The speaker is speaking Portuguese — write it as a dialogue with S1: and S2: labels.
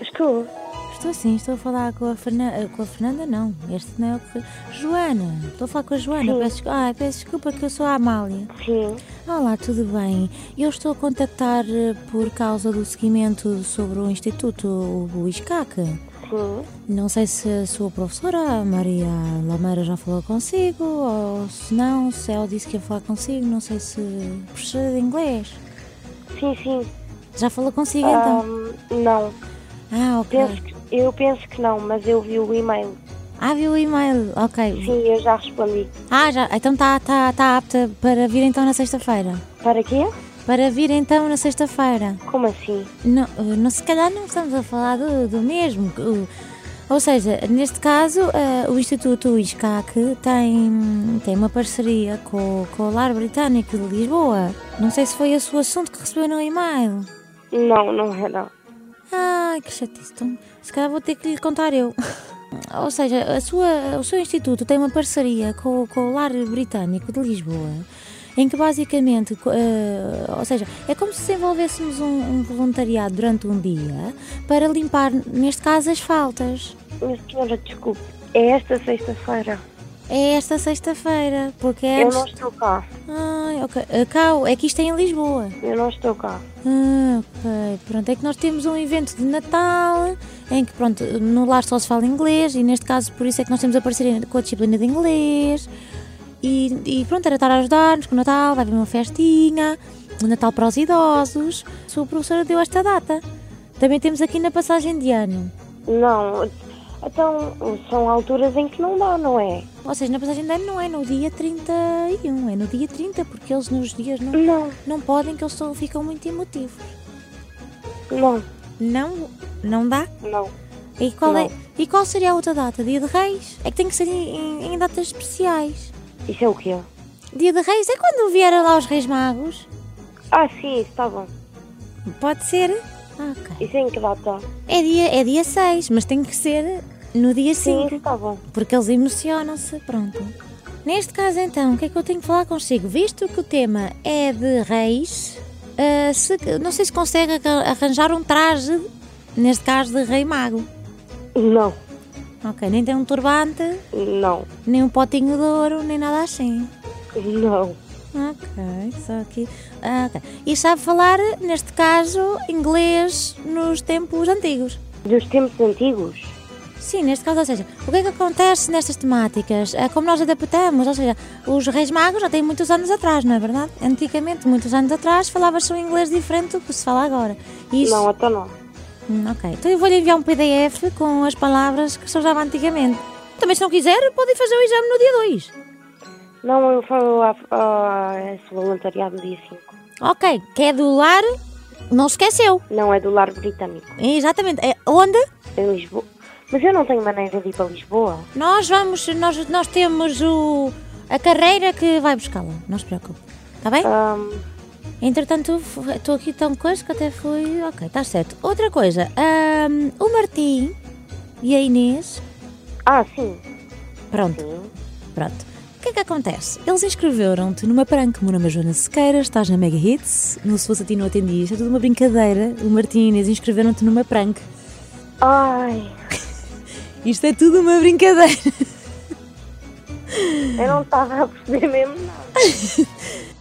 S1: Estou.
S2: Estou sim, estou a falar com a Fernanda. Com a Fernanda, não. Este não é o que. Joana, estou a falar com a Joana.
S1: Sim.
S2: Peço, desculpa- ai, peço desculpa que eu sou a Amália.
S1: Sim.
S2: Olá, tudo bem? Eu estou a contactar eh, por causa do seguimento sobre o Instituto, o, o ISCAC.
S1: Sim.
S2: Não sei se a sua professora, a Maria Lameira, já falou consigo, ou se não, se ela disse que ia falar consigo, não sei se. professora de inglês.
S1: Sim, sim.
S2: Já falou consigo então?
S1: Ahm, não.
S2: Ah, ok.
S1: Penso que- eu penso que não, mas eu vi o e-mail.
S2: Ah, viu o e-mail, ok.
S1: Sim, eu já respondi.
S2: Ah, já, então está tá, tá apta para vir então na sexta-feira.
S1: Para quê?
S2: Para vir então na sexta-feira.
S1: Como assim?
S2: Não, eh, não, se calhar não estamos a falar do, do mesmo. que o- Ou seja, neste caso, eh, o Instituto ISCAC tem, tem uma parceria com, com o Lar Britânico de Lisboa. Não sei se foi esse o assunto que recebeu no e-mail.
S1: Não, não é não.
S2: Ah, que chatice. Então, se calhar vou ter que lhe contar eu. Ou seja, a sua, o seu instituto tem uma parceria com, o- com o Lar Britânico de Lisboa, em que basicamente, co- eh, ou seja, é como se desenvolvêssemos um, um voluntariado durante um dia para limpar, neste caso, as faltas.
S1: Minha senhora, desculpe. É esta sexta-feira.
S2: É esta sexta-feira, porque é
S1: Eu
S2: antes...
S1: não estou cá.
S2: Ai, ok. Eh, Cá, é que isto é em Lisboa.
S1: Eu não estou cá.
S2: Ah, ok. Pronto, é que nós temos um evento de Natal em que, pronto, no lar só se fala inglês e, neste caso, por isso é que nós temos a parceria com a disciplina de inglês. E, e pronto, era estar a ajudar-nos com o Natal, vai haver uma festinha, um Natal para os idosos. A sua professora deu esta data. Também temos aqui na passagem de ano.
S1: Não. Então, são alturas em que não dá, não é?
S2: Ou seja, na passagem de ano não é no dia 31, é no dia 30, porque eles nos dias não,
S1: Não,
S2: não podem, que eles só ficam muito emotivos.
S1: não,
S2: Não, não dá?
S1: não.
S2: E qual, é,
S1: Não.
S2: e qual seria a outra data? Dia de Reis? É que tem que ser em, em- em datas especiais.
S1: Isso é o quê?
S2: Dia de Reis é quando vieram lá os Reis Magos?
S1: Ah, sim, isso está bom.
S2: Pode ser? Ah, ok.
S1: Isso é em que data?
S2: É dia, é dia 6, mas tem que ser no dia
S1: Sim,
S2: 5,
S1: isso está bom.
S2: porque eles emocionam-se. Pronto. Neste caso, então, o que é que eu tenho que falar consigo? Visto que o tema é de Reis, ah, se- não sei se consegue arran- arranjar um traje, neste caso de Rei Mago.
S1: Não,
S2: Ok, nem tem um turbante,
S1: não,
S2: nem um potinho de ouro, nem nada assim.
S1: não.
S2: Ok, só aqui. Ah, ok. E sabe falar, neste caso, inglês nos tempos antigos?
S1: Dos tempos antigos?
S2: Sim, neste caso, ou seja, o que é que acontece nestas temáticas? É como nós adaptamos, ou seja, os Reis Magos já têm muitos anos atrás, não é verdade? Antigamente, muitos anos atrás, falava-se um inglês diferente do que se fala agora. E Isso,
S1: Não, até não.
S2: Hum, ok, então eu vou-lhe enviar um PDF com as palavras que se usava antigamente. Também, se não quiser, pode ir fazer o exame no dia 2.
S1: Não, eu falo a, a esse voluntariado no dia 5.
S2: Ok, quer do lar, não se esqueceu.
S1: Não, é do lar britânico,
S2: Exatamente, é onde?
S1: em Lisboa. Mas eu não tenho maneira de ir para Lisboa.
S2: Nós vamos, nós, nós temos o, a carreira que vai buscá-la, não se preocupe. Está bem?
S1: Ahm,
S2: Entretanto, f- estou aqui tão coisa que até fui. Ok, está certo. Outra coisa, ahm, o Martim e a Inês.
S1: ah, sim,
S2: Pronto,
S1: sim.
S2: pronto. O que é que acontece? Eles inscreveram-te numa prank. O meu nome é Joana Sequeira, estás na Mega Hits. Não se fosse a ti, não atendias. É tudo uma brincadeira. O Martim e a Inês inscreveram-te numa prank.
S1: Ai,
S2: Isto é tudo uma brincadeira.
S1: eu não estava a perceber mesmo nada.